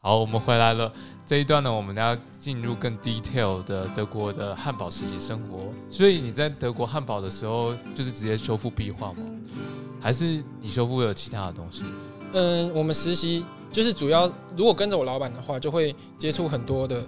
好，我们回来了。这一段呢，我们要进入更 detail 的德国的汉堡实习生活。所以你在德国汉堡的时候，就是直接修复壁画吗？还是你修复了其他的东西？嗯，我们实习就是主要，如果跟着我老板的话，就会接触很多的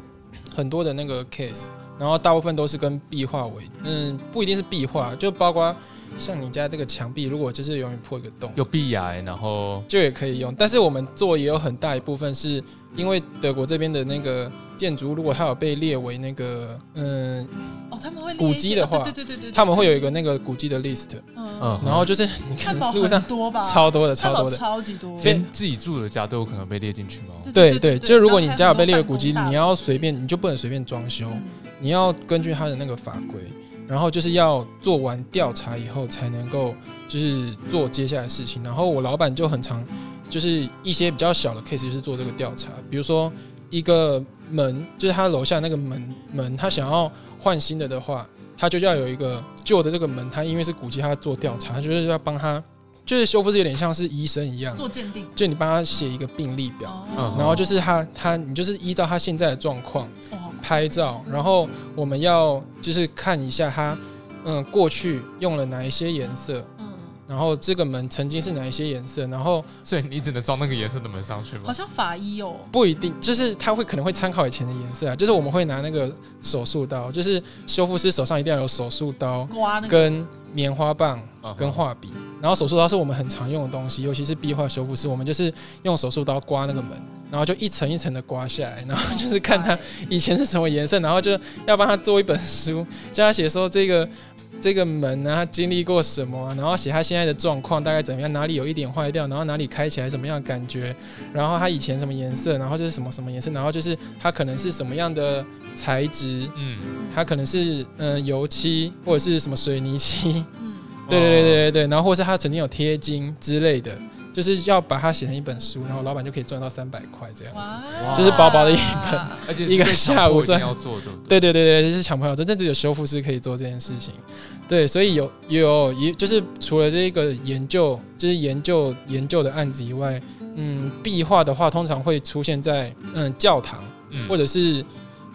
很多的那个 case，然后大部分都是跟壁画为，嗯，不一定是壁画，就包括像你家这个墙壁，如果就是永远破一个洞，有壁癌，然后就也可以用。但是我们做也有很大一部分是因为德国这边的那个建筑，如果它有被列为那个嗯，哦，他们会列古一迹些的哦话对对对对对，他们会有一个那个古迹的 list，嗯嗯，然后就是你看汉堡路上很多吧，超多的，超汉堡多的。超级多，连自己住的家都有可能被列进去吗？对对，就如果你家有被列为古迹，然后你要随便，你就不能随便装修还有，很多办公你要根据它的那个法规，然后就是要做完调查以后才能够就是做接下来的事情。然后我老板就很常就是一些比较小的 case 就是做这个调查，比如说一个门，就是他楼下那个门门，他想要换新的的话，他就要有一个旧的这个门，他因为是古迹，他做调查，他就是要帮他就是修复，是有点像是医生一样大，做鉴定，就你帮他写一个病历表。哦嗯然后就是他他你就是依照他现在的状况哇拍照，然后我们要就是看一下他嗯过去用了哪一些颜色，嗯，然后这个门曾经是哪一些颜色，然后所以你只能装那个颜色的门上去好吗？像法医哦，不一定就是他会可能会参考以前的颜色啊，就是我们会拿那个手术刀，就是修复师手上一定要有手术刀刮那个跟棉花棒嗯跟画笔，然后手术刀是我们很常用的东西，尤其是壁画修复师，我们就是用手术刀刮那个门，然后就一层一层的刮下来，然后 就是看他哇塞以前是什么颜色，然后就要帮他做一本书， 叫他写说这个这个门啊，他经历过什么啊、然后写他现在的状况大概怎么样，哪里有一点坏掉，然后哪里开起来怎么样的感觉，然后他以前什么颜色，然后就是什么什么颜色，然后就是他可能是什么样的材质，嗯，他可能是嗯、呃油漆或者是什么水泥漆， 嗯，对对对对对对，然后或是他曾经有贴金之类的，就是要把它写成一本书，然后老板就可以赚到三百块这样。嗯哇就是薄薄的一本，哦 而且一个下午真赚要做，对不对？对对对对，这是强迫症，这只有修复师可以做这件事情。对，所以有有也就是除了这个研究，就是研究研究的案子以外，嗯，壁画的话通常会出现在嗯教堂嗯或者是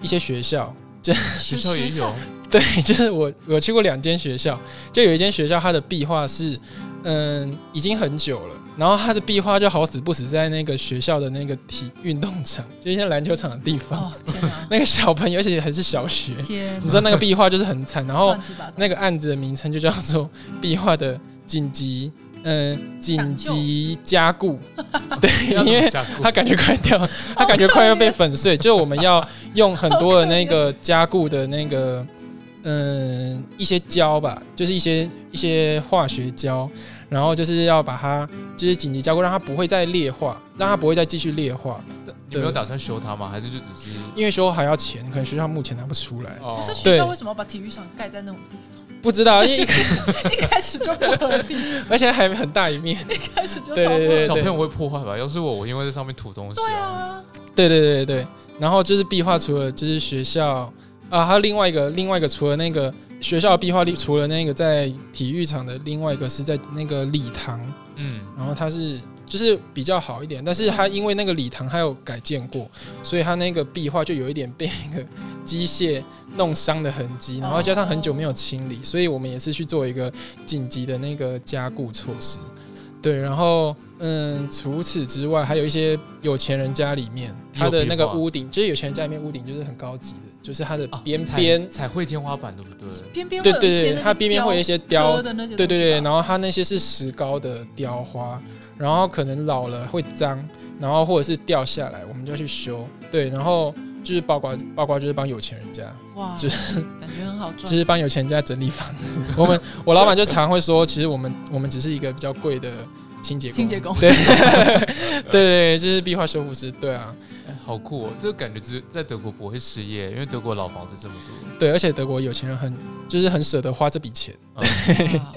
一些学校。 学校也有，对，就是我我去过两间学校，就有一间学校它的壁画是嗯已经很久了，然后它的壁画就好死不死在那个学校的那个体运动场，就是像篮球场的地方。哦 天哪，那个小朋友，而且还是小学，天你知道那个壁画就是很惨，然后乱七八糟那个案子的名称就叫做 壁画的紧急，嗯、紧抢救急 加固，对，要因为怎么加固他感觉快 掉，他感觉快要被粉啊碎，就我们要用很多的那个加固的那个，嗯、一些胶吧，就是一些一些化学胶，然后就是要把它就是紧急加固，让它不会再劣化，让它不会再继续劣化，你没有打算修它吗？还是就只是因为修还要钱，可能学校目前拿不出来，哦可是学对校为什么要把体育场盖在那种地方？不知道，因为一开一开始就不合理，一 而且还很大一面。开始就对超不合对对理。小朋友会破坏吧？要是我，我因为在上面吐东西对啊，啊，对对对对对，然后就是壁画，除了就是学校啊，还有另外一个另外一个，除了那个学校的壁画，除了那个在体育场的，另外一个是在那个礼堂，嗯，然后它是就是比较好一点，但是它因为那个礼堂它有改建过，所以它那个壁画就有一点被那个机械弄伤的痕迹，哦然后加上很久没有清理，所以我们也是去做一个紧急的那个加固措施。对，然后嗯，除此之外，还有一些有钱人家里面，他的那个屋顶，就是有钱人家里面屋顶就是很高级的，就是它的哦啊边彩边，彩绘天花板，对不对？边边对会有对一些对，那它些边边会有一些雕刻的那些东西吧，对对对，然后它那些是石膏的雕花，然后可能老了会脏，然后或者是掉下来，我们就要去修。对，然后就是包括包括就是帮有钱人家，哇，就感觉很好就赚，啊是帮有钱人家整理房子。 我们我老板就常会说，其实我们我们只是一个比较贵的清洁工。清洁工 对对对对，就是壁画修复师。对啊，哎好酷哦！这个感觉只在德国不会失业，因为德国老房子这么多，对，而且德国有钱人很就是很舍得花这笔钱。哇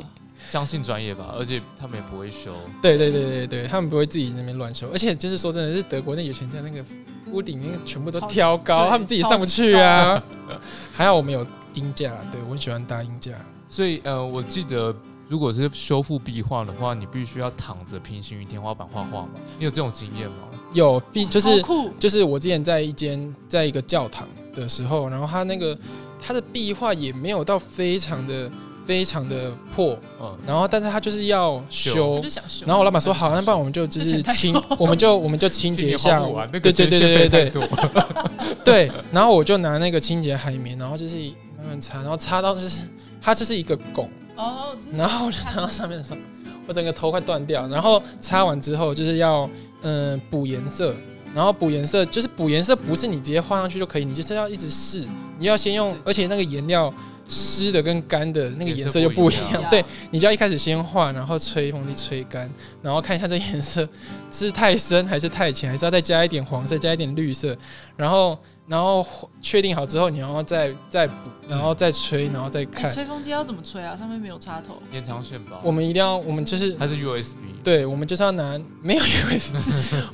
相信专业吧，而且他们也不会修。对对对对对，他们不会自己那边乱修，而且就是说真的是德国那有钱家那个屋顶那个全部都超挑高，对他们自己上不去 啊。还好我们有鹰架啦，对我很喜欢搭鹰架。所以呃，我记得如果是修复壁画的话，你必须要躺着平行于天花板画画嘛？你有这种经验吗？有必就是好酷，就是我之前在一间在一个教堂的时候，然后他那个他的壁画也没有到非常的非常的破，嗯，然后但是他就是要修我修就。想修。然后我老板说好，那不然我们就就之是前太清多，我们就我们就清洁一心下里划不完，那，对个对对捐对对献对费太多，对。然后我就拿那个清洁海绵，然后就是慢慢擦，然后擦到就是它这是一个拱，哦，嗯然后我就擦到上面的时候，我整个头快断掉。然后擦完之后就是要嗯、呃补颜色，然后补颜色就是补颜色不是你直接画上去就可以，你就是要一直试，你要先用对，而且那个颜料湿的跟干的那个颜色就不一颜色不一 样样，对，你就要一开始先画，然后吹风机吹干，然后看一下这颜色 是太深还是太浅，还是要再加一点黄色，加一点绿色，然后然后确定好之后，你要再再补，然后再吹，然后再哎看。吹风机要怎么吹啊？上面没有插头，延长线吧我，们一定要，我们就是它是 USB，对，我们就是要拿没有 USB，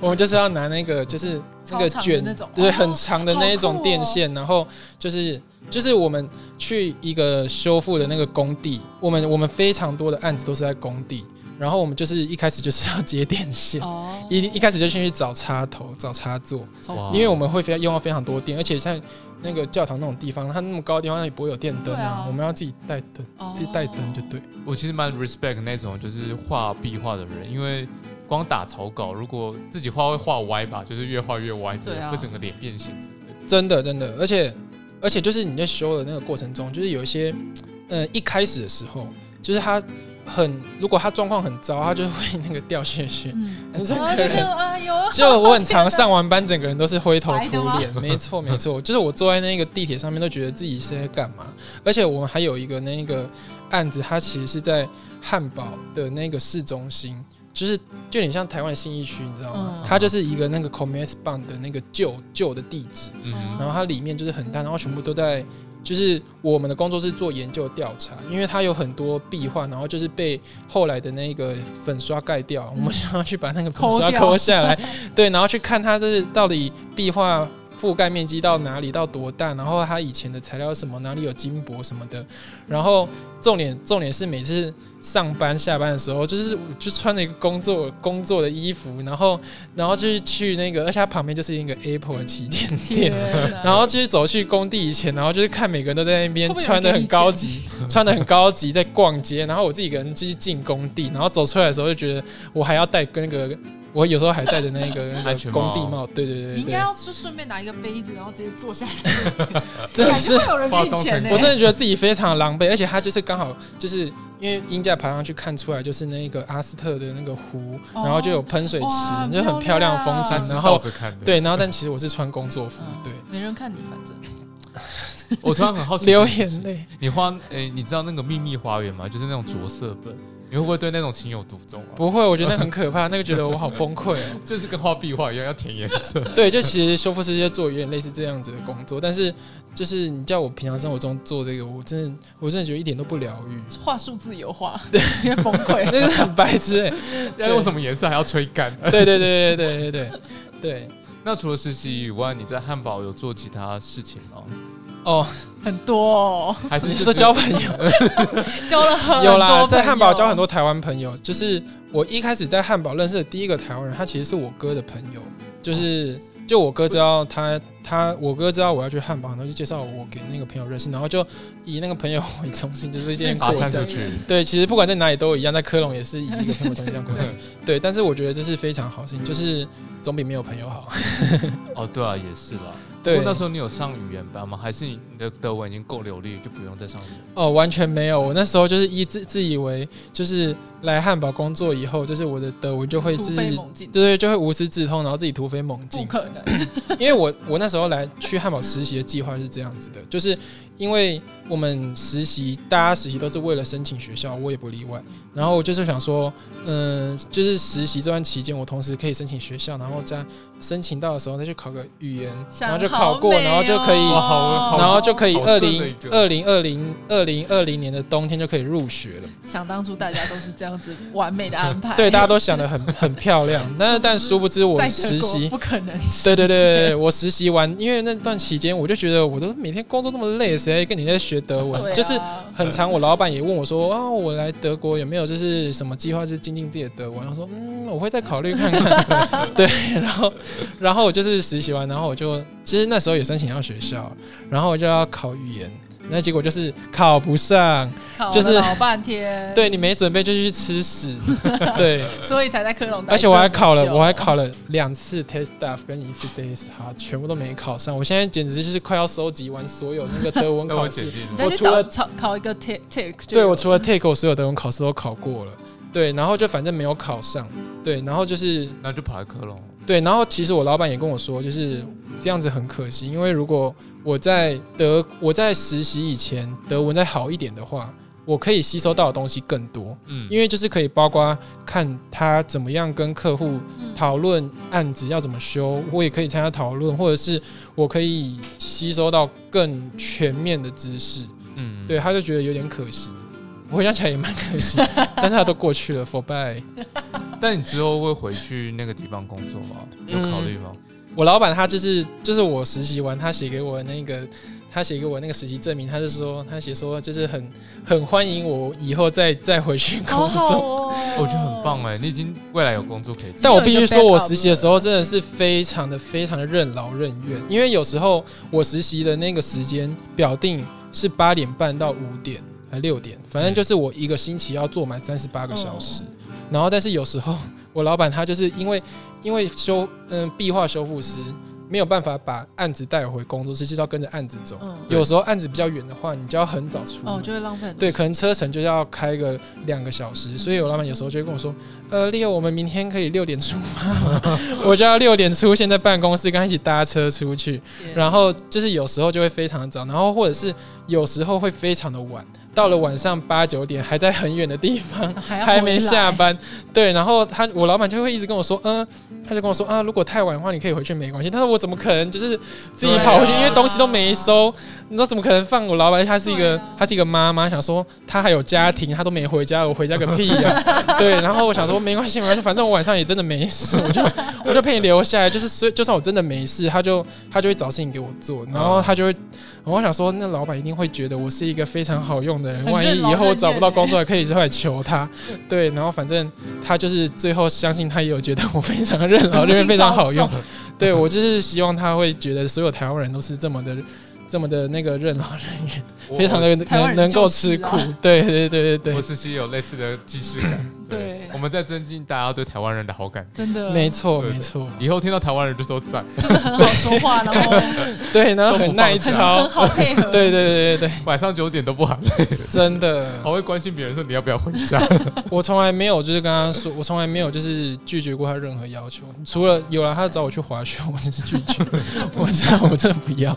我们就是要拿那个就是那个超长的卷那种对，哦很长的那一好种酷哦电线，然后就是就是我们去一个修复的那个工地，我们我们非常多的案子都是在工地，然后我们就是一开始就是要接电线。哦，一一开始就先去找插头、找插座，超哇酷因为我们会非用到非常多电，而且像那个教堂那种地方，它那么高的地方它也不会有电灯对啊啊，我们要自己带灯，哦自己带灯就对。我其实蛮 respect 那种就是画壁画的人，因为光打草稿，如果自己画会画歪吧，就是越画越歪，对啊会整个脸变形之类的。真的真的，而且而且就是你在修的那个过程中，就是有一些，呃，一开始的时候，就是他很，如果他状况很糟，他就会那个掉屑屑。嗯，你整啊个那人，个哎呦， 就我很常上完班，整个人都是灰头白的土吗 脸。没错没错，就是我坐在那个地铁上面都觉得自己是在干嘛。而且我们还有一个那个案子，它其实是在汉堡的那个市中心。就是就有点像台湾信义区，你知道吗？嗯它就是一个那个 Commerce Bank 的那个旧旧的地址，嗯哦然后它里面就是很大，然后全部都在，就是我们的工作是做研究调查，因为它有很多壁画，然后就是被后来的那个粉刷盖掉，我们想要去把那个粉嗯抠刷掉抠下来，对，然后去看它这到底壁画覆盖面积到哪里，到多大，然后它以前的材料是什么，哪里有金箔什么的，然后重点重点是每次上班下班的时候，就是我就穿着一个工作工作的衣服，然后然后就是去那个，而且它旁边就是一个 Apple 的旗舰店 天。 哪然后就是走去工地以前，然后就是看每个人都在那边会不会有人穿的给很你高级，穿的很高级，在逛街。然后我自己一个人就是进工地，然后走出来的时候就觉得我还要戴跟那个，我有时候还戴着那个那安个全工帽地帽，对对对对你应该对，要就顺便拿一个杯子，然后直接坐下来，真的感是觉会有人给你钱呢。我真的觉得自己非常狼狈，而且他就是刚好就是因为鹰架爬上去看出来就是那个阿斯特的那个湖，哦然后就有喷水哇啊池，就很漂亮的风但景。是然倒后着看的。对，然后但其实我是穿工作服，嗯对，没人看你，反正我突然很好奇，流眼泪。你画诶、你知道那个秘密花园吗？就是那种着色本，你会不会对那种情有独钟啊？不会，我觉得那很可怕，那个觉得我好崩溃哦。就是跟画壁画一样，要填颜 色。对，就其实修复师就做有点类似这样子的工作，但是就是你叫我平常生活中做这个，我真的我真的觉得一点都不疗愈，画数字油画，你会崩溃。 那个很白痴哎、要用什么颜色还要吹干？ 对对对对对对对对，那除了实习以外，你在汉堡有做其他事情吗？哦，很多哦，还是你就说是交朋友 交了很多有啦，在朋汉堡友交很多台湾朋友，就是我一开始在汉堡认识的第一个台湾人，他其实是我哥的朋友，就是。就我哥知道他他我哥知道我要去汉堡，然后就介绍我给那个朋友认识，然后就以那个朋友为中心，就是这件啊爬过山程。出去？对，其实不管在哪里都一样，在科隆也是以一个朋友中心这样过对，但是我觉得这是非常好事情，就是总比没有朋友好。哦，对啊，也是啦。对不过，那时候你有上语言班吗？还是你的德文已经够流利，就不用再上了？哦，完全没有。我那时候就是一自自以为就是来汉堡工作以后，就是我的德文就会突自飞己。猛进，对对，就会无师自通，然后自己突飞猛不进。可 能。因为我我那时候来去汉堡实习的计划是这样子的，就是因为我们实习，大家实习都是为了申请学校，我也不例外。然后我就是想说，嗯、就是实习这段期间，我同时可以申请学校，然后再申请到的时候再去考个语言，然后就考过，哦然后就可以，哇好好然后就可以好二顺的零一个二零二零二零二零年的冬天就可以入学了。想当初大家都是这样子完美的安排，对，大 家都想得很很漂亮，但是但殊不知我在德实国习不可能。 对对对，对，我实习完，因为那段期间我就觉得我都每天工作那么累，谁还跟你在学德文？对啊就是很长，我老板也问我说啊，我来德国有没有就是什么计划是精进自己的德文？然后说嗯，我会再考虑看看。 对，然后然后我就是实习完，然后我就其实那时候也申请到学校，然后我就要考语言，那结果就是考不上。考就了是老半天，，对你没准备就去吃屎，对，所以才在科隆待而且我还这么考了，久啊我还考了两次 test stuff 跟一次 days 哈，全部都没考上。我现在简直就是快要收集完所有那个德文那我 考姐试，弟你呢再我去除了考考考一个 take take，对我除了 take 我所有德文考试都考过了，对，然后就反正没有考上，对，然后就是那就跑来科隆，对，然后其实我老板也跟我说，就是这样子很可惜，因为如果我在德我在实习以前德文再好一点的话，我可以吸收到的东西更多，嗯，因为就是可以包括看他怎么样跟客户嗯讨论案子要怎么修，我也可以参加讨论，或者是我可以吸收到更全面的知识。嗯对，，他就觉得有点可惜。我回想起来也蛮可惜， 但是他都过去了，for by。但你之后会回去那个地方工作吗？嗯有考虑吗？我老板他就是就是我实习完，他写给我那个他写给我那个实习证明，他是说他写说就是很很欢迎我以后再再回去好工好作。哦，我觉得很棒哎，你已经未来有工作可以做，但我必须说，我实习的时候真的是非常的非常的任劳任怨，因为有时候我实习的那个时间表定是八点半到五点还六点，反正就是我一个星期要做满三十八嗯个小时。然后，但是有时候我老板他就是因为因为修嗯壁画修复师没有办法把案子带回工作室，就是要跟着案子走。嗯，有时候案子比较远的话，你就要很早出门。哦，就会浪费很多对，时可能车程就要开个两个小时，所以我老板有时候就会跟我说：“呃，六，我们明天可以六点出发吗？” 我就要六点出现在办公室，跟他一起搭车出去。间，然后就是有时候就会非常早，然后或者是有时候会非常的晚，到了晚上八九点还在很远的地方，还要还回没下来，班。对，然后他我老板就会一直跟我说：“嗯。”他就跟我说：“啊，如果太晚的话，你可以回去没关系。”但是我怎么可能就是自己跑回去，对啊因为东西都没收，你知道怎么可能放我老板？他是一个、对啊他是一个妈妈，想说他还有家庭，他都没回家，我回家个屁呀、 对，然后我想说没关系，没关系，反正我晚上也真的没事，我就 我就陪你留下来，就是所以就算我真的没事，他就他就会找事情给我做，然哦后他就会，我想说那老板一定会觉得我是一个非常好用的人，很万一任劳以后任找不怨到欸工作，可以出来求他。对，然后反正他就是最后相信他也有觉得我非常任劳任怨，非常 好用。对我就是希望他会觉得所有台湾人都是这么的。这么的那个任劳任怨，我嗯非常的台能湾人能够就是吃啊苦，对对对对我对，实习有类似的既视 感，对我们在增进大家对台湾人的好感。真的没错对没错，以后听到台湾人就说赞， 就是很好说 话，然后对，然后都不很耐放假操很， 好配合，对对对对晚上九点都不喊， 对，真的，好会关心别人说你要不要回 家。我从来没有就是跟他说，我从来没有就是拒绝过他任何要求，除了有了他找我去滑雪， 我就是拒绝。我知道我真的不要。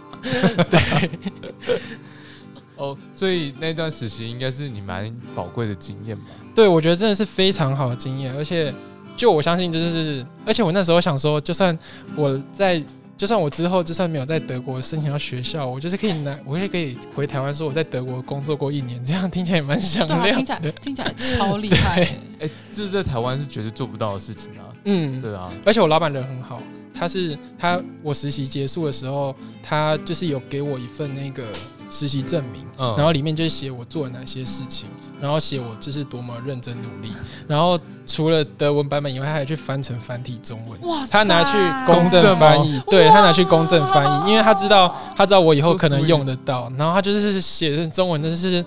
哦，所以那段实习应该是你蛮宝贵的经验吧？对，我觉得真的是非常好的经验，而且就我相信就是，而且我那时候想说，就算我在。就算我之后就算没有在德国申请到学校，我就是可以拿，我也可以回台湾说我在德国工作过一年，这样听起来也蛮响对啊，亮听起来的。听起来超厉害 的，哎、这是在台湾是绝对做不到的事情啊。嗯，对啊，而且我老板人很好，他是他我实习结束的时候，他就是有给我一份那个实习证明，嗯，然后里面就是写我做了哪些事情，然后写我就是多么认真努力，然后除了德文版本以外，他还去翻成繁体中文。哇塞，他拿去公公正正吗翻译，对哇他拿去公正翻译，因为他知道他知道我以后 So 可能 sweet 用得到，然后他就是写成中文，但是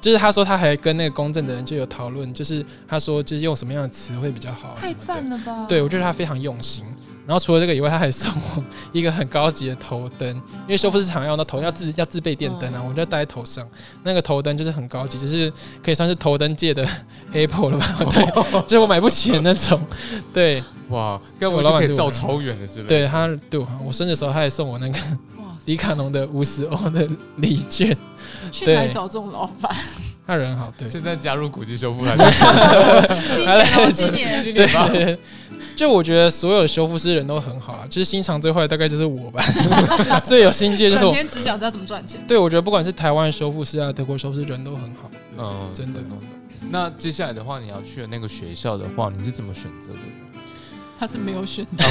就是他说他还跟那个公正的人就有讨论，就是他说就是用什么样的词汇比较好，太赞了吧？对，我觉得他非常用心。然后除了这个以外，他还送我一个很高级的头灯，因为修复师常用的头要自要自备电灯啊，嗯我们就戴在头上。那个头灯就是很高级，就是可以算是头灯界的 Apple 了吧？ 对，就是我买不起的那种。对，哇，跟我我老就板可以对我照很好超远的之类的。对他对我我生日的时候，他还送我那个哇塞，迪卡侬的五十欧的礼券。去哪里对找这种老 板？他人好，对，现在加入古籍修复还是今来年得哦，及今年七年吧？对，就我觉得所有修复师人都很好啊，就是心肠最坏的大概就是我吧， 最有心机的就是整我。天只想知道怎么赚钱。对，我觉得不管是台湾修复师啊，德国修复师人都很好。对嗯，真的懂。懂懂那接下来的话，你要去的那个学校的话，你是怎么选择的？他是没有选的，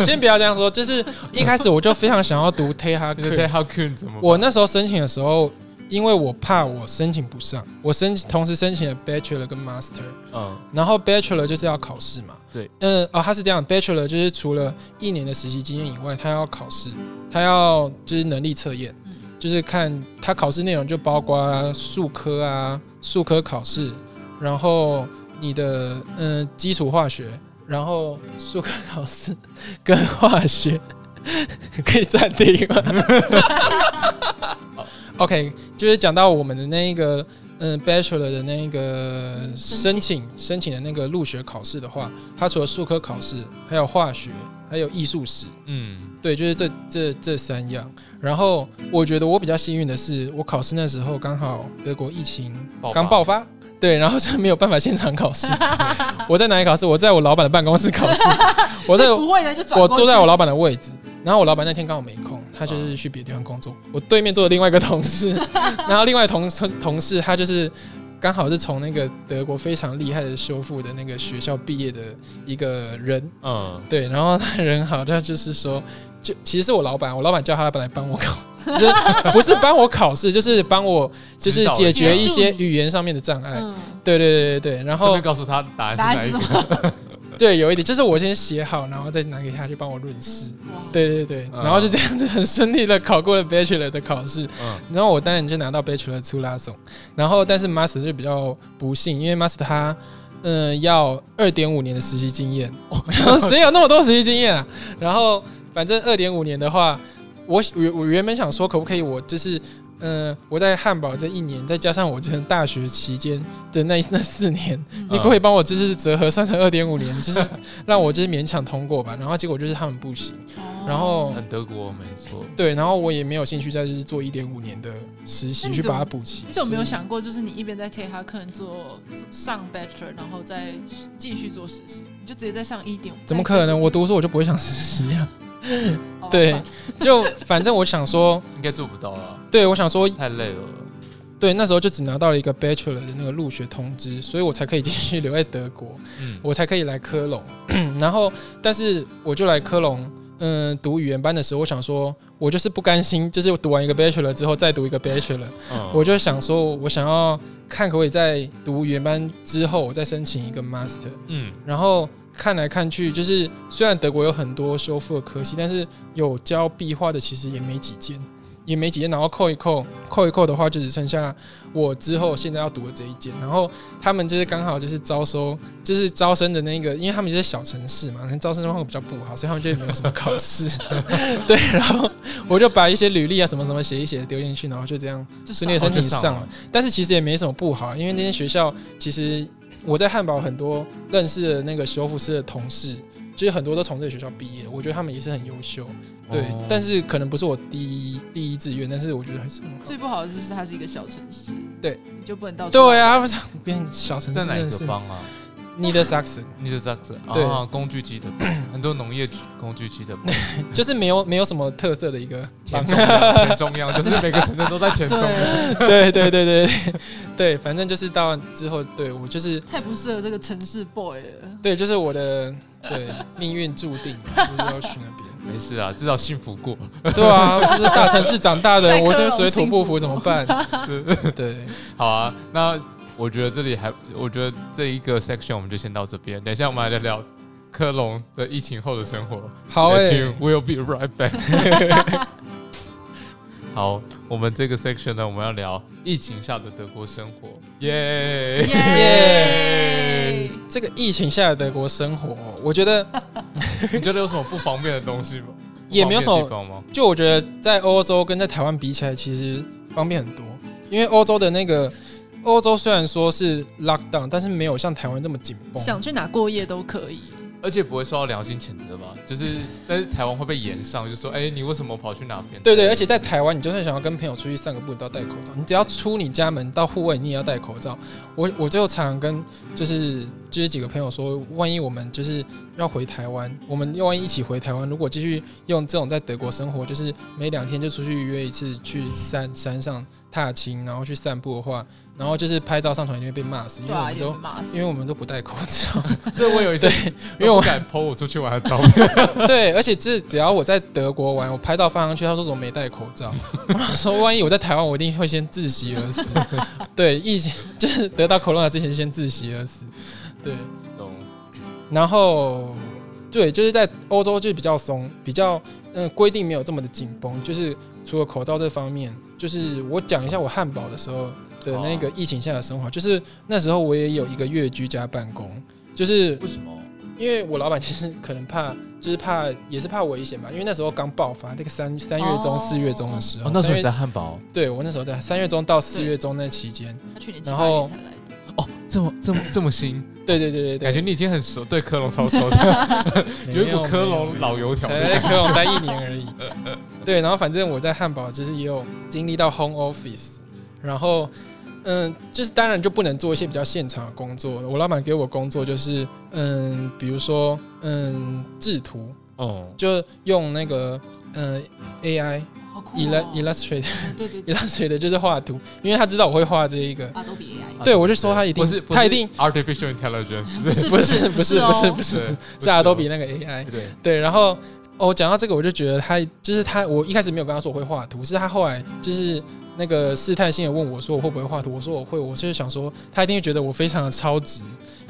先不要这样说，就是一开始我就非常想要读 t e h a 那个在 k h o w k u n 怎么办？我那时候申请的时候，因为我怕我申请不上，我申同时申请了 Bachelor 跟 Master，嗯，然后 Bachelor 就是要考试嘛。对，嗯，哦，他是这样，Bachelor 就是除了一年的实习经验以外，他要考试，他要就是能力测验，嗯就是看他考试内容就包括数科啊、数科考试，然后你的嗯、呃基础化学，然后数科考试 跟化学， 可以暂停吗 哦？OK，就是讲到我们的那一个嗯、Bachelor 的那一个申申请申请的那个入学考试的话，它除了数科考试，还有化学，还有艺术史，嗯，对，就是这这这三样。然后我觉得我比较幸运的是，我考试那时候刚好德国疫情爆发刚爆发，对，然后就没有办法现场考 试。我在哪里考试？我在我老板的办公室考试。我在所以不会的就转我过去。坐在我老板的位置，然后我老板那天刚好没空，他就是去别的地方工作。我对面坐的另外一个同 事，然后另外同事同事他就是刚好是从那个德国非常厉害的修复的那个学校毕业的一个人，嗯，对，然后他人好，他就是说，就其实是我老板，我老板叫他来帮我考，就是呃不是帮我考试，就是帮我就是解决一些语言上面的障碍。嗯，对对对对对，顺然后便告诉他答答案案是是哪什一个？ 么？对有一点就是我先写好，然后再拿给他去帮我润饰。哇，对对对，嗯然后就这样子很顺利的考过了 Bachelor 的考试，嗯然后我当然就拿到 Bachelor 出拉送，然后但是 Master 就比较不幸，因为 Master 他嗯、呃要二点五年的实习经验， 然后谁有那么多实习经验啊？然后反正二点五年的话，我我我原本想说可不可以我就是。嗯、我在汉堡这一年，再加上我这大学期间的那那四年，嗯你可不可以帮我就是折合算成二点五年，就是让我就是勉强通过吧？然后结果就是他们不行，嗯然哦后很德国，没错，对，然后我也没有兴趣再就是做一点五年的实习那你去怎么把它补齐。你有没有所以？想过，就是你一边在 t e 可能做上 bachelor，然后再继续做实习，你就直接再上一点？怎么可能？我读书我就不会想实习啊！ 哦对算了就反正我想说，应该做不到了，对我想说，太累了。对那时候就只拿到了一个 bachelor 的那个入学通知，所以我才可以继续留在德国， 嗯，我才可以来科隆。 然后，但是我就来科隆。嗯，读语言班的时候，我想说，我就是不甘心，就是读完一个 bachelor 之后再读一个 bachelor，嗯我就想说，我想要看可不可以在读语言班之后，我再申请一个 master。嗯然后看来看去，就是虽然德国有很多修复的科系，但是有教壁画的其实也没几间，也没几间。然后扣一扣，扣一扣的话，就只剩下我之后现在要读的这一间。然后他们就是刚好就是招收，就是招生的那个，因为他们就是小城市嘛，可能招生状况比较不好，所以他们就没有什么 考试。对，然后我就把一些履历啊什么什么写一写丢进去，然后 就这样就顺上利地上哦申请就上上了了，但是其实也没什么不好，因为那间学校其实我在汉堡很多认识的那个修复师的同事，就是很多都从这个学校毕业，我觉得他们也是很优秀，对，哦但是可能不是我第一第一志愿，但是我觉得还是很好最。不好的就是它是一个小城市，对，你就不能到处对啊，不是变小城市在哪真一的个是帮啊？你的 Saxon，你是这样子对啊？工具 机的帮，很多农业局工具机的帮，就是没有没有什么特色的一个田中央，田中央 就是每个城镇都在田中央。对对对，对对对对，反正就是到之后，对我就是太不适合这个城市 boy 了。对就是我的对命运注定就是要去那边。没事啊，至少幸福过。对啊，就是大城市长大的在，科我隆就水土不服怎么办？对，好啊，那我觉得这里还，我觉得这一个 section 我们就先到这边。等一下我们来聊聊科隆的疫情后的生活。好欸诶、 Stay tuned, we'll be right back 。好，我们这个 section 呢，我们要聊疫情下的德国生活，耶、耶！这个疫情下的德国生活，我觉得 你觉得有什么不方便的东西吗？也没有什么不方便的地方吗？就我觉得在欧洲跟在台湾比起来，其实方便很多，因为欧洲的那个欧洲虽然说是 lockdown，但是没有像台湾这么紧绷。想去哪过夜都可以，而且不会受到良心谴责吧？就是，但是台湾会被延上，就说，哎、你为什么跑去哪边？对对，而且在台湾，你就算想要跟朋友出去散个步，你都要戴口罩。你只要出你家门到户外，你也要戴口罩。我我就常常跟就是就是几个朋友说，万一我们就是要回台湾，我们要万一一起回台湾，如果继续用这种在德国生活，就是每两天就出去约一次去山山上踏青，然后去散步的话，然后就是拍照上传一定会被骂死，因为对我啊，们也都被骂死因为。我们都不戴口罩，所以我有一次对，因为我不敢剖我出去玩的照片， 对，而且这只要我在德国玩，我拍到放上去，他说怎么没戴口罩？ 我想说万一我在台湾，我一定会先窒息而死。 对，疫情就是得到 corona 之前先窒息而死。对，懂然后对，就是在欧洲就是比较松，比较嗯规定没有这么的紧绷，就是除了口罩这方面，就是我讲一下我汉堡的时候的那个疫情下的生活，就是那时候我也有一个月居家办公，就是为什么？因为我老板其实可能怕，就是怕也是怕危险吧，因为那时候刚爆发那个三三月中哦四月中的时候，哦，那时候你三月在汉堡对我那时候在三月中到四月中那期间，他去年七然八年后才来的，哦，这么这么这么新，对对对对感对，觉你已经很熟，对科隆超熟 的，有一股科隆龙老油条的才在感哎科隆待一年而已。对，然后反正我在汉堡就是也有经历到 home office，然后嗯，就是当然就不能做一些比较现场的工作。我老板给我工作就是嗯，比如说嗯制图，觉，哦，就用那个嗯 AI 好酷 Illu- 哦！ Illustrator 对对对， Illustrator 就是画图，因为他知道我会画这一个。阿都比 AI，对，我就说他一定，不是，不是他一定 artificial intelligence， 不是 不是不不是是不是哦不是对，是阿多比那个 AI。对，对，然后哦，讲到这个，我就觉得他就是他，我一开始没有跟他说我会画图，是他后来就是那个试探性的问我说我会不会画图，我说我会，我就是想说他一定会觉得我非常的超值，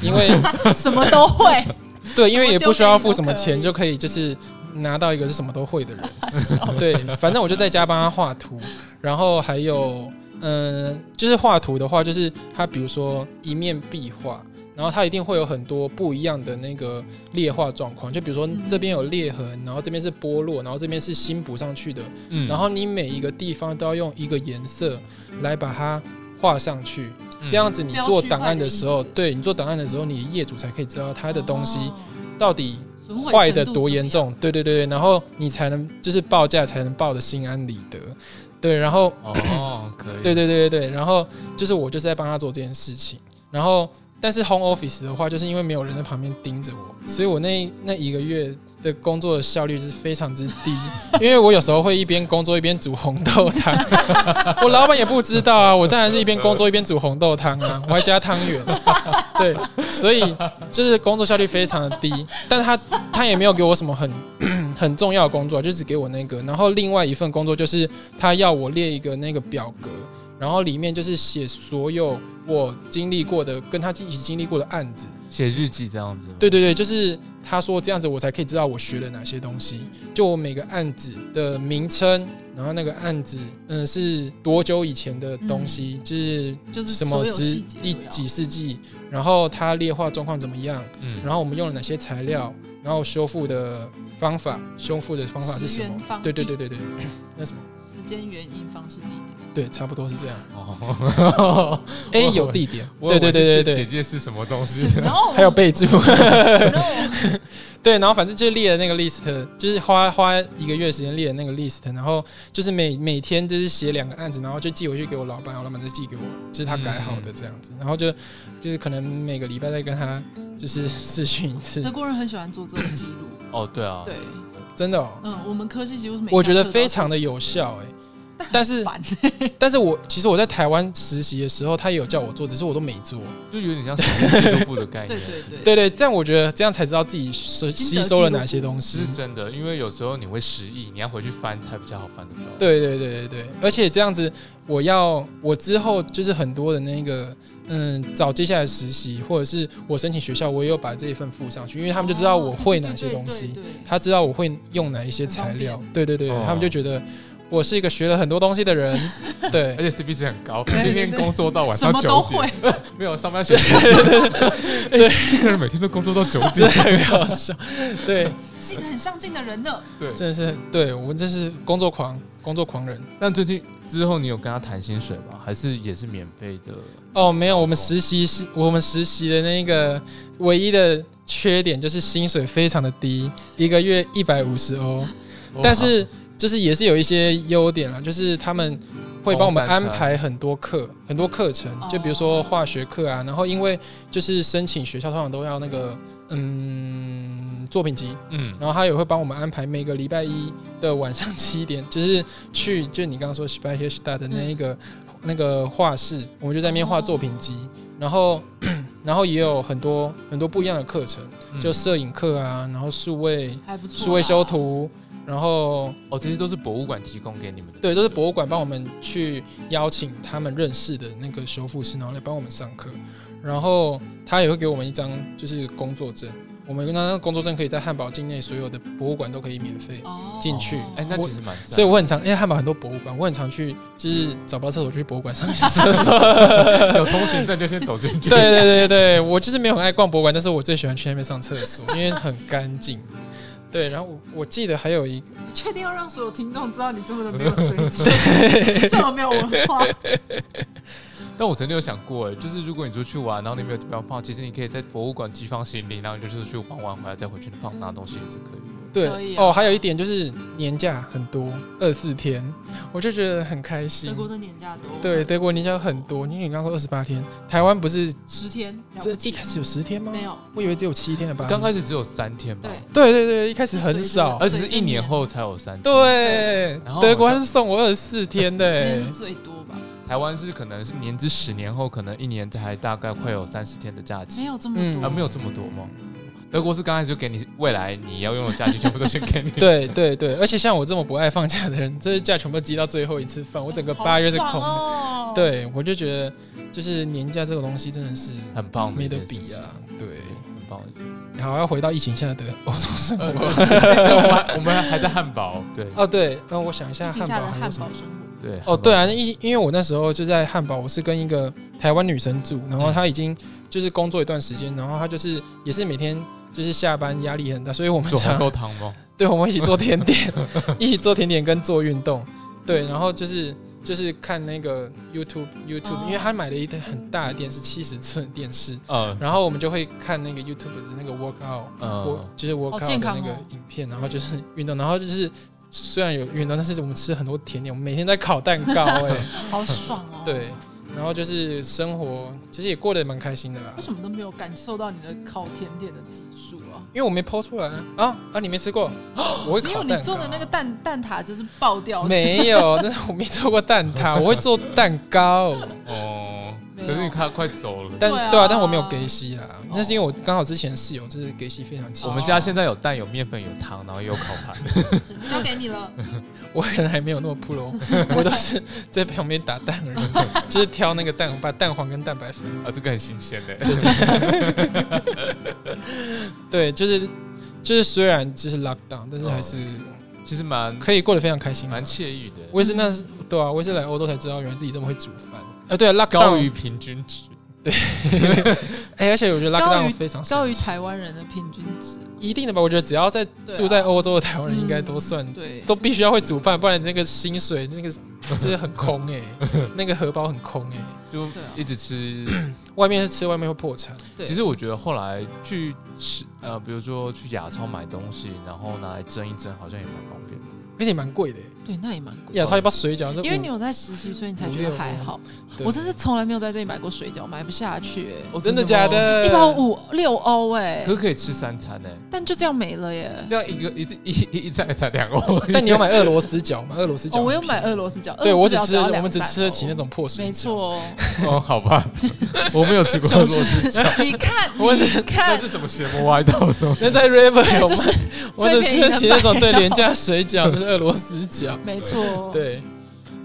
因为什么都会， 对，因为我也丢不需给要你付都什么可钱以嗯就可以就是拿到一个是什么都会 的人。对，反正我就在家帮他画图，然后还有，嗯，就是画图的话，就是他比如说一面壁画，然后他一定会有很多不一样的那个裂画状况，就比如说嗯这边有裂痕，然后这边是剥落，然后这边是新补上去的，嗯然后你每一个地方都要用一个颜色来把它画上去，嗯这样子你标做区档块案的的意时候，思对你做档案的时候，你业主才可以知道他的东西哦到底损毁坏程的度多怎严么重，对对对对，然后你才能就是报价才能报的心安理得，对，然后哦，可以，对对对对对，然后就是我就是在帮他做这件事情，然后但是 home office 的话，就是因为没有人在旁边盯着我，所以我那那一个月的工作的效率是非常之低，因为我有时候会一边工作一边煮红豆汤， 我老板也不知道啊，我当然是一边工作一边煮红豆汤啊，我还加汤圆，对，所以就是工作效率非常的低，但他他也没有给我什么很 很重要的工作，就只给我那个，然后另外一份工作就是他要我列一个那个表格，然后里面就是写所有我经历过的跟他一起经历过的案子，写日记这样子吗，对对对，就是他说这样子我才可以知道我学了哪些东西，就我每个案子的名称，然后那个案子嗯是多久以前的东西，就是样，就是什所么有时细节第都要几世纪，然后它裂化状况怎么样，嗯，然后我们用了哪些材料，然后修复的方法，修复的方法是什石么原？方对对地对对对，那什么？时间原因方式地 点，对，差不多是这样。哦 A 有地点，我以对为对对对是姐对，姐是什么东 西？然后还有备注。然后对，然后反正就列了那个 list，就是花花一个月时间列了那个 list，然后就是每每天就是写两个案子，然后就寄回去给我老板，我老板再寄给我，就是他改好的这样子，然后就就是可能每个礼拜再跟他就是试训一 次德，国人很喜欢做这种记 录，哦，对啊，对，，真的、哦，嗯，我们科技几乎是每我觉得非常的有效哎、但是 烦，但是我其实我在台湾实习的时候，他也有叫我做，只是我都没做。就有点像时间记录部的概 对念，对对，对对，这样我觉得这样才知道自己吸心得吸收了记录嗯哪些东西是。真的，因为有时候你会失忆，你要回去翻才比较好翻得到。，对对对对对，而且这样子，我要我之后就是很多的那个，嗯，找接下来实习，或者是我申请学校，我也有把这一份附上去，因为他们就知道我会哪些东西，哦对对对对对他知道我会用哪一些材料很，对对对，哦他们就觉得我是一个学了很多东西的 人，对而且 CP 值很 高，对今天工作到晚什上么都九会点，， 没有上班学 习。 对，这个人哎每天都工作到九点真的，很好笑， 对，是一个很上进的人呢。 对。真的是对我真是工作狂，工作狂人。但最近之后，你有跟他谈薪水吗？还是也是免费的？哦，没有，我们实习是我们实习的那个唯一的缺点就是薪水非常的低，一个月一百五十欧， 哦但是就是也是有一些优点啦，就是他们会帮我们包三安餐排很多课，很多课程，就比如说化学课啊，然后因为就是申请学校通常都要那个嗯作品集，嗯，然后他也会帮我们安排每个礼 拜一的晚上七点，就是去就你刚刚说 s p i h e s t a 的那一个那个画室，我们就在那边画作品集，然后 然后也有很多很多不一样的课程，嗯就摄影课啊，然后数位还不错啦。啊数位修图，然后哦，这些都是博物馆提供给你们的。对，都是博物馆帮我们去邀请他们认识的那个修复师，然后来帮我们上课。然后他也会给我们一张就是工作证，我们那张工作证可以在汉堡境内所有的博物馆都可以免费。哦进去哎、那我其实蛮赞的。所以我很常，因为汉堡很多博物馆，我很常去，就是找不到厕所就去博物馆上一下厕所。有通行证就先走进去。对对对对，我就是没有很爱逛博物馆，但是我最喜欢去那边上厕所，因为很干净。对，然后我我记得还有一个，你确定要让所有听众知道你这么的没有水 准，这么没有文 化？但我曾经有想过，哎，就是如果你出去玩，然后你没有地方放，其实你可以在博物馆寄放行李，然后你就是去玩完回来再回去放拿东西也是可以的。对、可以啊哦，还有一点就是年假很多，二四天，我就觉得很开心德。国的年假多，对，德国年假很多，因为你刚说二十八天，台湾不是十天了这一不起开，始有十天吗？没有，我以为只有七天的吧。刚开始只有三天吧，对对对对，一开始很少是随着。而且是一年后才有三天。，对然后，德国好他像是送我二十四天的、欸十天是最多吧？台湾是可能是年至十年后，可能一年才大概快有三十天的假没期，有这么嗯多，啊，没有这么多吗？德国是刚开始就给你未来你要用的假期全部都先给你。对对对，而且像我这么不爱放假的人，这些假全部积到最后一次放，我整个八月是空的。哦的，对，我就觉得就是年假这个东西真的是很棒的没一件得事情，比啊。对，很棒的一 件事情。好，要回到疫情下的欧洲生 呃活。我们还我们还在汉堡，对哦，对，嗯，我想一下，疫汉情堡下的还汉有什么堡？生活，对。哦，对啊，因因为我那时候就在汉堡，我是跟一个台湾女生住，然后她已经就是工作一段时间，然后她就是也是每天就是下班压力很大，所以我们做红常豆汤吗？对我们一起做甜点，一起做甜点跟做运动，对，然后就是就是看那个 YouTube YouTube，、哦因为她买了一台很大的电视，七十寸的电视，呃然后我们就会看那个 YouTube 的那个 workout。我呃，就是我好看健的康那个哦影片，然后就是运动，然后就是虽然有运动，但是我们吃很多甜点，我们每天在烤蛋糕、 哎，好爽哦。，对，然后就是生活其实也过得蛮开心的啦为，什么都没有感受到你的烤甜点的技术啊？因为我没剖出来啊啊啊，你没吃 过，我会因烤为蛋糕，啊你做的那个蛋蛋挞就是爆掉的，没有， 但是我没做过蛋挞，我会做蛋糕，哦，没可有是你看快走了。但对啊哦对啊，但我没有给息啦，那是因为我刚好之前室友就是给息非常奇我怪，们家现在有蛋、有面粉、有糖，然后也有烤盘。 交给你了。我可能还没有那么 pro，我都是在旁边打蛋而已，就是挑那个蛋，把蛋黄跟蛋白粉。啊，这个很新鲜的。对，就是就是虽然就是 lockdown，但是还是 其实蛮可以过得非常开心啊。蛮惬意的，我也是那是对啊，我也是来欧洲才知道，原来自己这么会煮饭。啊，对啊高，lockdown，于平均值。哎、而且我觉得高于 lockdown 非常高少，于台湾人的平均值，一定的吧？我觉得只要在对啊住在欧洲的台湾人，应该都嗯算、对，都必须要会煮饭，不然你那个薪水那个真的很空哎、那个荷包很空哎、就对啊一直 吃。外面是吃，外面会破产。对其实我觉得后来去吃，呃，比如说去亚超买东西，然后拿来蒸一蒸，好像也蛮方便的。而且也蛮贵的、欸，对，那也蛮贵的。亚超一包水饺，这因为五你有在实习，所以你才五觉得六还欧好。对我真是从来没有在这里买过水饺，买不下去、欸，哦真的假？吗的？一包，五六欧哎、可是可以吃三餐呢，但就这样没了耶。这样一个一一一一餐才两欧。但你有买俄罗斯饺吗？俄罗斯饺哦，很我有便宜买俄罗斯饺，对俄我罗只斯饺吃，要我们只200吃得起那欧，种破水，没。错 哦。哦，好吧， 我没有吃过就俄是罗斯饺，你看，我只你 那看，是什么邪魔歪道的东西？那在 River 对，有就吗？是 我最只便吃得起宜的那种麦对当廉价水饺， 就是俄罗斯饺。没错，，对，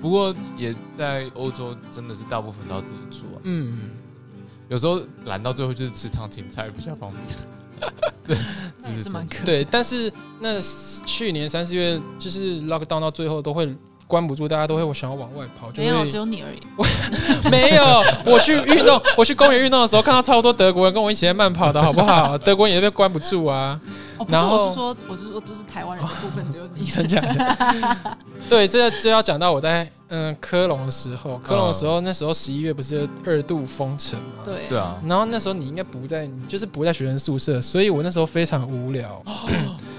不过也在欧洲，真的是大部分都要自己做啊、嗯，有时候懒到最后就是吃烫青菜比较方便。那也是蛮可对。但是那去年三四月就是 lockdown 到最后都会关不住，大家都会想要往外跑，就没有，只会有你而已。没有。我去运动，我去公园运动的时候，看到超多德国人跟我一起在慢跑的好不 好？德国人也被关不住啊，哦，不是，然后我是说，我是说，就是台湾人的部分只有你。真假的？ 对，这这要讲到我在嗯科隆的时候，科隆的哦时候那时候十一月不是二度封城吗？对对，啊，然后那时候你应该不在，你就是不在学生宿舍，所以我那时候非常无聊。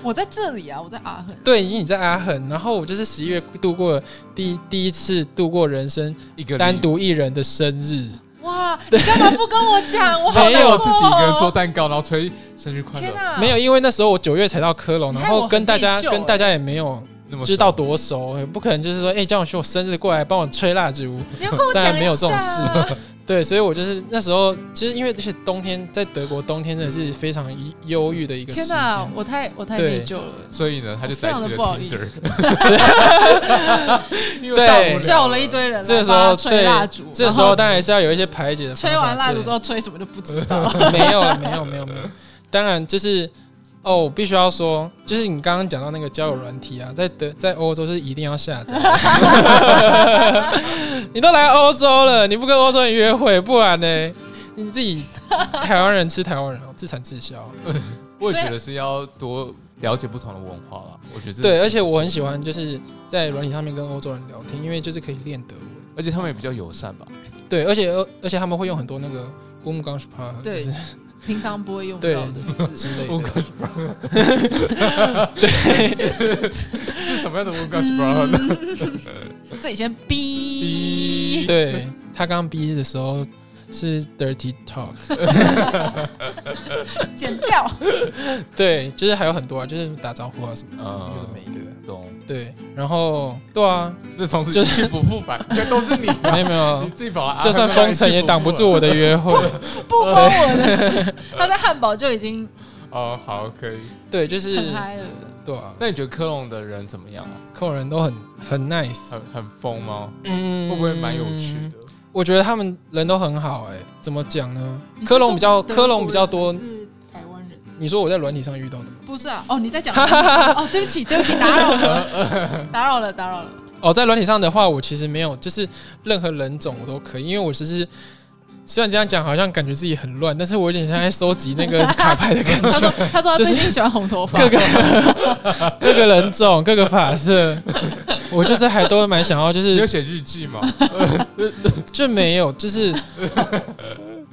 我在这里啊，我在阿恒。对，因为你在阿恒，然后我就是十一月度过第一第一次度过人生一个单独一人的生日，哇，你干嘛不跟我讲？我好没没有有难自过己一个人做哦。蛋糕，然后吹生日快天乐，哪，没有，因为那时候我九月才到科隆，啊你然害我后跟大家很内疚欸跟大家也没有对那么就是到多多熟，也不可能就是说，哎、叫我学我生日过来帮我吹蜡烛，你要跟我当讲一然没下。有这种事啊对，所以我就是那时候，其实因为这些冬天在德国冬天真的是非常忧郁的一个时天间，哪，我太我太对内疚了，所以呢，他就我非载常起了地不好 意思 Tinder，因为照对不了叫了一堆人来这个时帮候他吹对蜡烛，这时然候后当然是要有一些排解的方法。吹完蜡烛之这后吹什么就不知道。 没有没有没有没有，当然就是哦，我必须要说，就是你刚刚讲到那个交友软体啊，在德在欧洲是一定要下载。 你都来欧洲了，你不跟欧洲人约会，不然呢？你自己台湾人吃台湾人哦，自产自销。我也觉得是要多了解不同的文化了。我觉得这对，而且我很喜欢就是在软体上面跟欧洲人聊天，因为就是可以练德文。而且他们也比较友善 吧。对，而且而而且他们会用很多那个 u m g a n s p a 对就是平常不会用到对的字，之类我的。 是什么样的文化 s p r 呢？嗯这以前 B 对他刚毕业的时候是 dirty talk，剪掉。对，就是还有很多啊，就是打招呼啊什么的，嗯有的没的。懂，对，然后对啊，这从此就就是是不复返，这都是你啊， 没有 没有你，自己跑来，就算封城也挡不住我的约会。不关我的事。他在汉堡就已经哦，好，可以。 对，就是很嗨了，对啊，那你觉得科隆的人怎么样啊？客人都很很 nice，很很疯吗？嗯，会不会蛮有趣的？我觉得他们人都很好、哎，怎么讲呢你？是科隆比较说科隆比较多德，国人还是台湾人，你说我在软体上遇到的吗？不是啊？哦，你在讲 哦，对不起，对不起，打扰了，呃打扰了，打扰了。哦，在软体上的话，我其实没有，就是任何人种我都可以，因为我只是虽然这样讲好像感觉自己很乱，但是我有点像在收集那个卡牌的感他 觉说，他说他就是最近喜欢红头发，各个各个人种、各个发色，我就是还都蛮想要，就你有是写日记 吗？呃就没有，就是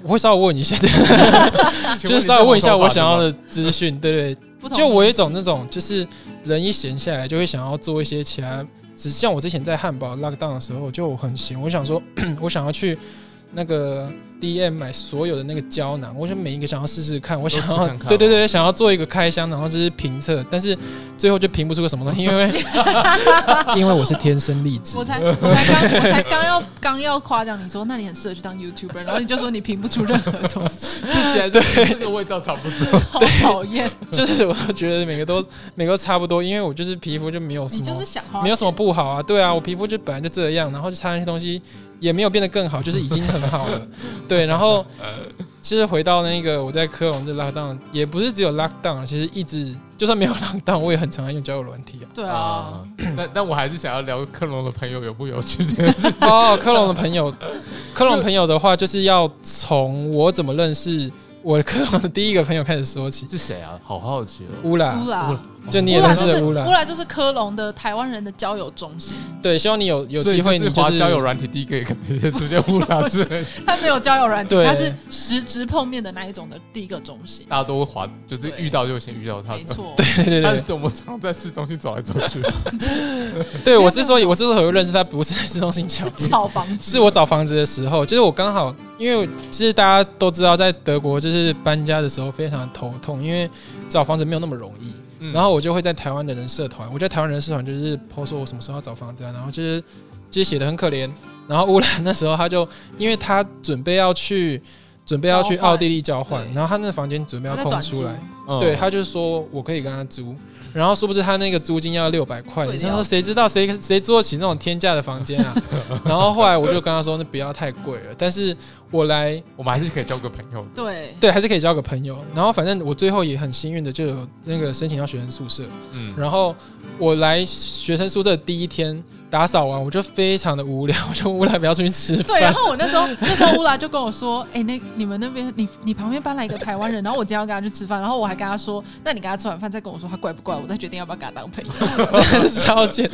我会稍微问一下，请就是你稍微问一下红头发我想要吗。的资讯，对对不同就我有一种种那种，就是人一闲下来就会想要做一些其他。只像我之前在汉堡 lockdown 的时候，就很闲，我想说， 我想要去那个 DM 买所有的那个胶囊，我就每一个想要试试看，我想都要，吃看看对对吗对，想要做一个开箱，然后就是评测，但是最后就评不出个什么东西，因为 因为我是天生丽质我，才我才刚我才刚要刚要夸奖你说，那你很适合去当 YouTuber，然后你就说你评不出任何东西，听起来对这个味道差不多。好 讨厌。 就是我觉得每个都每个都差不多，因为我就是皮肤就没有什你么，就是想花没有什么不好啊，对啊，我皮肤就本来就这样，然后就擦那些东西也没有变得更好，就是已经很好 了，对。然后呃其实回到那个我在科隆这 lockdown，也不是只有 lockdown，其实一直就算没有 lockdown，我也很常爱用交友软体 啊。对啊，，哦但但我还是想要聊克隆的朋友有不有趣这件事。哦，科隆的朋友，科隆朋友的话，就是要从我怎么认识我科隆的第一个朋友开始说起，是谁啊？好好奇哦。乌拉乌。拉。就啊你乌也拉认就识是乌拉乌，拉就是科隆的台湾人的交友中心，对，希望你有有所以机会，你是就滑是交友软体第一个也可能也出现乌拉之类的，他没有交友软体，对他是实质碰面的那一种的第一个中心，大家都会滑，就是遇到就先遇到他没。错。啊 对对但对是我们常在市中心走来走去，对，我之所以我之所以会认识他，不是在市中心桥是，炒房子，是我找房子的时候，就是我刚好，因为其实大家都知道，在德国就是搬家的时候非常头痛，因为找房子没有那么容易。嗯 然后我就会在台湾的人社团，我在台湾人社团就是 po 说我什么时候要找房子啊，然后就是就是写的很可怜。然后乌兰那时候他就，因为他准备要去准备要去交换奥地利交换，对然后他那个房间准备要他在空短出租来，嗯对，他就说我可以跟他租，然后殊不知他那个租金要六百块，对你想说谁知道谁谁租得起那种天价的房间啊？然后后来我就跟他说，那不要太贵了，但是我来我们还是可以交个朋友。对，对还是可以交个朋友。然后反正我最后也很幸运的就有那个申请到学生宿舍，嗯，然后我来学生宿舍第一天打扫完，我就非常的无聊，我就无聊不要出去吃 饭，对，啊然后我那时候那时候乌拉就跟我说，哎、那你们那边你你旁边搬来一个台湾人，然后我今天要跟他去吃饭，然后我还跟他说，那你跟他吃完饭再跟我说他怪不怪，我再决定要不要跟他当朋友。真的是超贱。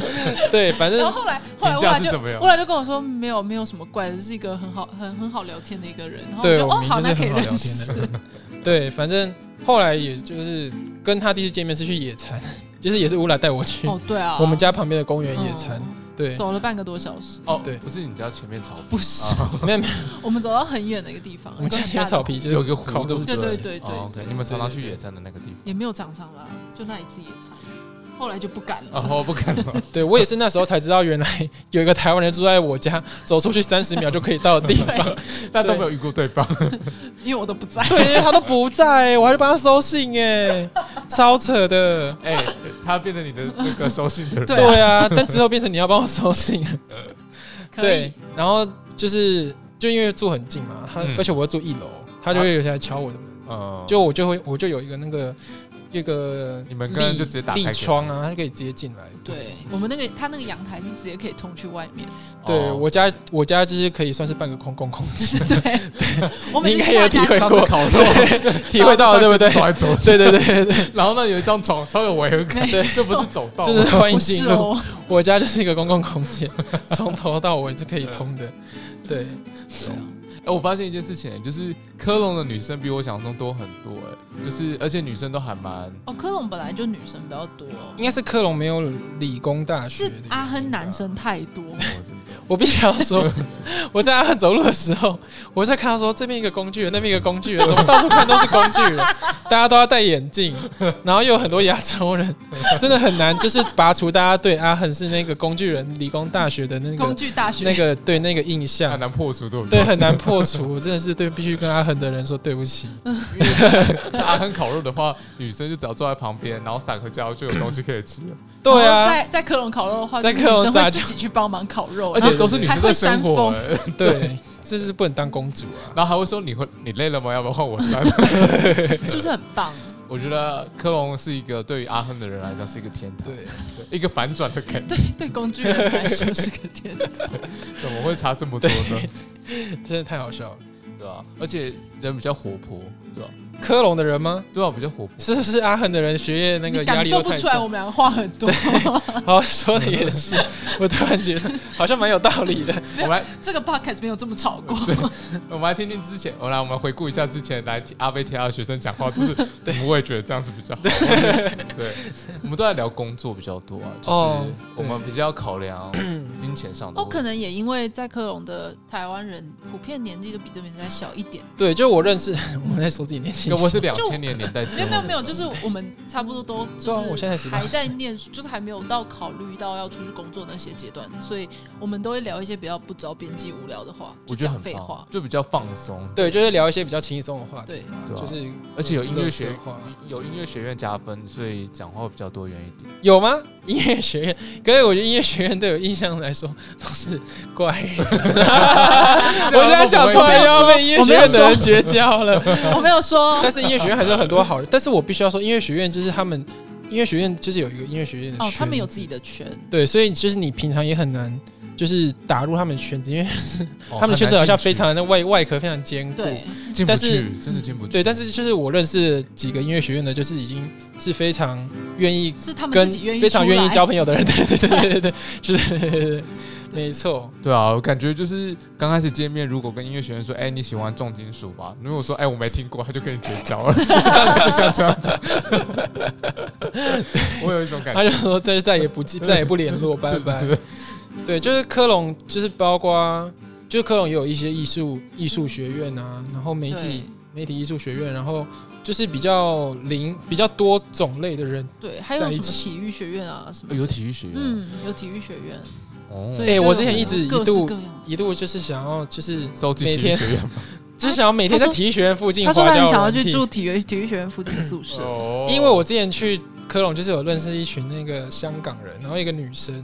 对，反然正后后 来后来评乌价拉是就怎么样乌拉就跟我说，没有没有什么怪，就是一个很好很很好聊天的一个人。然后对就我哦们好，就是那可以很好聊认天识的。 对，反正后来也就是跟他第一次见面是去野餐，就是也是乌拉带我去、哦对啊， 我们家旁边的公园嗯野餐。对，走了半个多小时，哦，对不是你家前面草坪，不是啊，没有没我们走到很远的一个地方，有，我们家一个很前大面的草皮就是有一个烤湖，肉不之对类对的对对哦，OK，对你们常常去野餐的那个地方。也没有常常啦，就那一次野餐。后来就不敢哦了。然哦后不敢了， 对我也是那时候才知道，原来有一个台湾人住在我家，走出去三十秒就可以到的地方。大家都没有遇过 对方，因为我都不在。对，因为他都不在、我还去帮他收信哎，超扯的。哎、他变成你的那个收信的人，对啊对啊，但之后变成你要帮我收信，可以 对，，然后就是就因为住很近嘛，他、嗯而且我又住一楼，他就会有些来敲我的门，嗯，就我就会我就有一个那个一个你们刚刚就直接打开给立他窗啊，他就可以直接进来。 对我们那个他那个阳台是直接可以通去外面。对、哦我家我家就是可以算是半个空公共空间，对，我每你应次该去有体他家会上过次，烤 肉，体会到了对不对？走来走去，对对对对，然后呢有一张床，超有违和感，没 这不是走道真的吗，是欢迎不进是入。哦，我家就是一个公共空间，从头到尾是可以通的。对对，啊哎、我发现一件事情，就是科隆的女生比我想象中多很多、哎，就是而且女生都还蛮，哦，科隆本来就女生比较多，应该是科隆没有理工大学是的原因吧阿亨男。生太多。我真的我必须要 说，我在阿亨走路的时候，我在看到说这边一个工具人，那边一个工具人，怎么到处看都是工具人？ 大家都要戴眼镜，然后又有很多亚洲人，真的很难就是拔除大家对阿亨是那个工具人理工大学的那 工个具大学那个对那个印象很。难破除，对不对，对？ 很难破除，我真的是对必须跟阿恒的人说对不 起。阿亨烤肉的话，女生就只要坐在旁边，然后撒个娇就有东西可以吃了，对然后啊，在在科隆烤肉的话，在就是科隆女生会撒娇自己去帮忙烤肉，而哦然后且都是女生在生活、还哎对，这是不能当公主啊。 然后还会说你会你累了吗？要不要换我扇？ 是不是很棒？我觉得科隆是一个对于阿亨的人来讲是一个天堂，对，一个反转的感觉。对对，工具人来说是个天堂。怎么会差这么多呢？真的太好笑了。对吧、而且人比较活泼，对吧、科隆的人吗？对啊吧、比较活泼。是不是阿恒的人学业 那个你压感力受都不太出来，我重？们两个话很多。好哦说的也是，我突然觉得好像蛮有道理的。我们 来， 这个 podcast 没有这么吵过，我们来听听之前，我来，我们回顾一下之前来阿贝提亚的学生讲话， 就是我们会觉得这样子比较好。 对，我们都在聊工作比较多啊，哦就是我们比较考量金钱上的哦，问题。可能也因为在科隆的台湾人普遍年纪都比这边再小一点。对，就我认识， 我们在说自己年轻要。不是小两千年年代之没有没有后没，有，就是我们差不多都对啊就我现是在十八还在念书，就是还没有到考虑到要出去工作那些阶段，所以我们都会聊一些比较不着边际、无聊的话，我就觉得讲很废话棒，。就比较放松，对，就是聊一些比较轻松的话题对，嘛，对啊就是而且有音乐学乐色话有音乐学院加分，所以讲话比较多元一点。有吗？音乐学院，可是我觉得音乐学院对我印象来说都是 怪人。 我现在讲出来又要被音乐学院的人绝交 了。我没 有说但是音乐学院还是有很多好人，但是我必须要说，音乐学院就是他们，音乐学院就是有一个音乐学院的哦，他们有圈自己的圈，子对，所以就是你平常也很难就是打入他们圈子，因为哦 他们的圈子好像非常很的外外壳非常坚固。对，难进去，进不但是去真的进不去。对，但是就是我认识几个音乐学院的，就是已经是非常愿意是他们跟自己愿意非常出来愿意交朋友的人，对对 对对对，对是，对对对对没错，对啊，我感觉就是刚开始见面，如果跟音乐学院说，哎、你喜欢重金属吗？如果说，哎、我没听过，他就跟你绝交了， 就像这样子。我有一种感他 觉，就说再再也不记再也不联络，拜对拜对。对对，就是科隆，就是包括，就是科隆也有一些艺术艺术学院啊，然后媒体媒体艺术学院，然后就是比较零比较多种类的人。对对，还有在什一么起体育学院啊什么哦的，有体育学院，嗯，有体育学院，哦，所以哎就我有之前一直一各式度各样一度就是想要，就是收集每体育天学院吗。 就是想要每天在他说体育学院附近他说滑他很跤想要软去体，住体育体育学院附近的宿舍，哦因为我之前去科隆，就是有认识一群那个香港人，然后一个女生，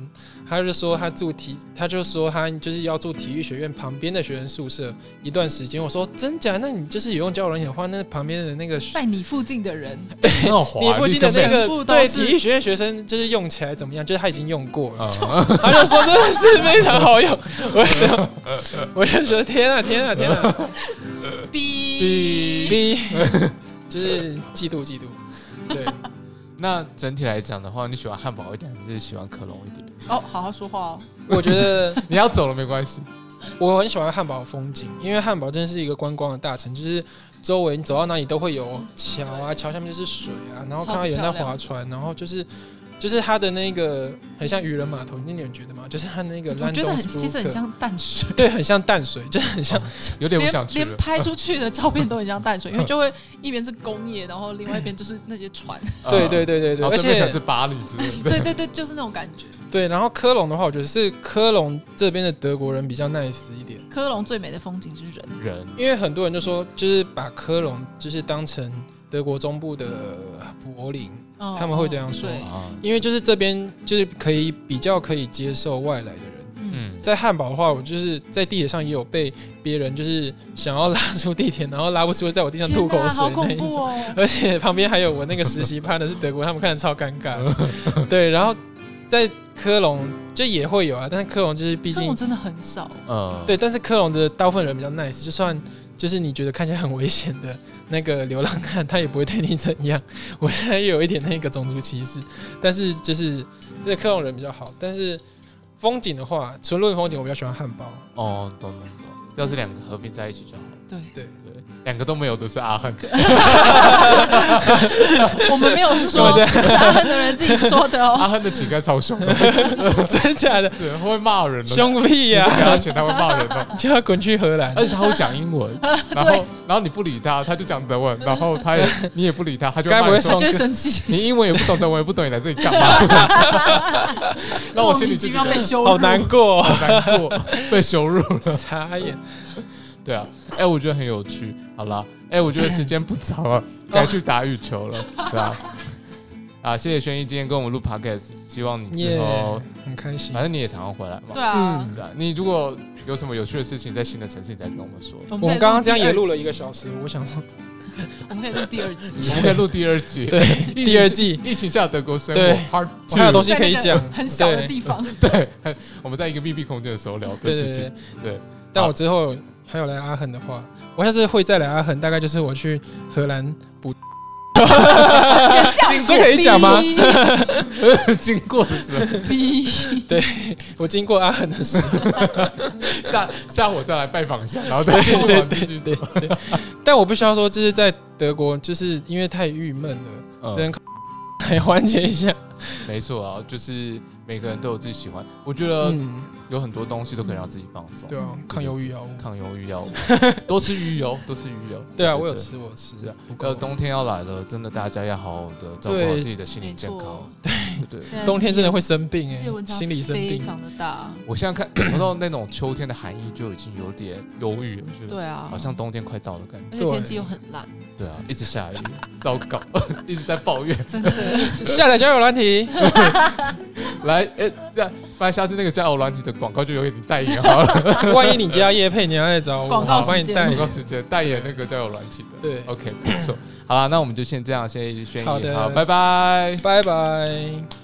她就说她住体，她就说她就是要住体育学院旁边的学生宿舍一段时间。我说真假？那你就是有用交友软件的话，那旁边的 那个在你附近 的人，很好滑，你附近的那全个部都对是体育学院学生，就是用起来怎么样？就是他已经用过 了，嗯他就说真的是非常好用。我就我就觉得天啊天啊天啊！ 嗯哔，第一就是嫉妒嫉妒，对，那整体来讲的话，你喜欢汉堡一点，还是喜欢克隆一点？哦，好好说话哦，我觉得你要走了没关系，我很喜欢汉堡的风景，因为汉堡真的是一个观光的大城，就是周围你走到哪里都会有桥啊，桥下面就是水啊，然后看到有人在划船，然后就是就是它的那个很像渔人码头，那你有觉得吗？就是它那个，我觉得很，其实很，像淡 水，对，很像淡水，就是很像，有点不想连去连了。拍出去的照片都很像淡水， 因为就会一边是工业，然后另外一边就是那些船，对对，对对对对，嗯然后而对面可且能是巴黎之类的。对对对，就是那种感觉。对，然后科隆的话，我觉得是科隆这边的德国人比较 nice 一点，科隆最美的风景是人，人因为很多人就说，就是把科隆就是当成德国中部的柏林，哦他们会这样说对啊，因为就是这边就是可以比较可以接受外来的人。嗯，嗯，在汉堡的话，我就是在地铁上也有被别人就是想要拉出地铁，然后拉不出，在我地上吐口天哪水好那恐一种。 怖 哦！而且旁边还有我那个实习班的是德国，他们看的超尴尬。对，然后在科隆就也会有啊，但是科隆就是毕这种竟真的很少，呃，对，但是科隆的大部分人比较 nice，就算就是你觉得看起来很危险的那个流浪汉，他也不会对你怎样。 我现在有一点那个种族歧视，但是就是这科隆人比较好，但是。风景的话，纯论风景，我比较喜欢汉堡。 哦，懂懂懂。要是两个合并在一起就好。 对。对，两个都没有的是阿汉。我们没有 说，是阿恨的人自己说的哦。阿亨的乞丐超凶 的，真假的？对，会骂人的，凶啊屁你呀、不给他钱他会骂人 的，就要滚去荷兰。而且他会讲英文，然后然后你不理他，他就讲德 文，然后他也你也不理他，他就该不骂会你他说从就会生气，你英文也不懂，德文也不懂，你来这里干 嘛？让我莫心里名自其己妙被羞辱，好难过、 哦，好难过，被羞辱了。傻眼。对啊，哎、我觉得很有趣。好啦，哎、我觉得时间不早了，该去打羽球 了，对啊。啊，谢谢轩逸今天跟我们录 podcast，希望你之后 Yeah 很开心反。正你也常常回来嘛。对啊嗯，对啊，你如果有什么有趣的事情在新的城市，你再跟我们说。我们刚刚这样也录了一，一个小时，我想说，我们可以录第二 集，我们可以录第二季，对，疫情 第二季疫情下德国生活对 Part 我还有 Two，东西可以讲在那个很小的地方，对，我们在一个密闭空间的时候聊的对事对情对。。对，但我之后还有来阿恒的话，我下次会再来阿恒，大概就是我去荷兰 补。这可以讲吗？ 经过的时候， 逼我经过阿恒的时候，下下火再来拜访一下，然后再继续对往继续对走。对。但我必须要说，就是在德国，就是因为太郁闷了，嗯只能 来缓解一下。没错啊，就是每个人都有自己喜欢，我觉得嗯，有很多东西都可以让自己放松对，啊，抗忧郁药物。抗忧郁药 物，多吃鱼油，多吃鱼油。对啊，我有。吃，我有吃是啊。不够呃，冬天要来了，真的大家要好好的照顾好对自己的心理没健康错。，对对，现 在冬天真的会生病这些哎，文章心理生非病。常的大，我现在看看到那种秋天的寒意就已经有点忧郁了，就是对啊，好像冬天快到的感觉。而且天气又很烂，对啊，一直下雨，糟糕， 一直在抱怨。真的，下载交友软 体，来，哎、这样，不然下次那个加油软体的广告就由你代言好了。万一你接到叶配，你要来找我，广告我帮时你间代广言。告时间代言那个加油软体的。对， OK，不错。好啦，那我们就先这样，谢谢轩逸，好的好，拜拜。拜拜。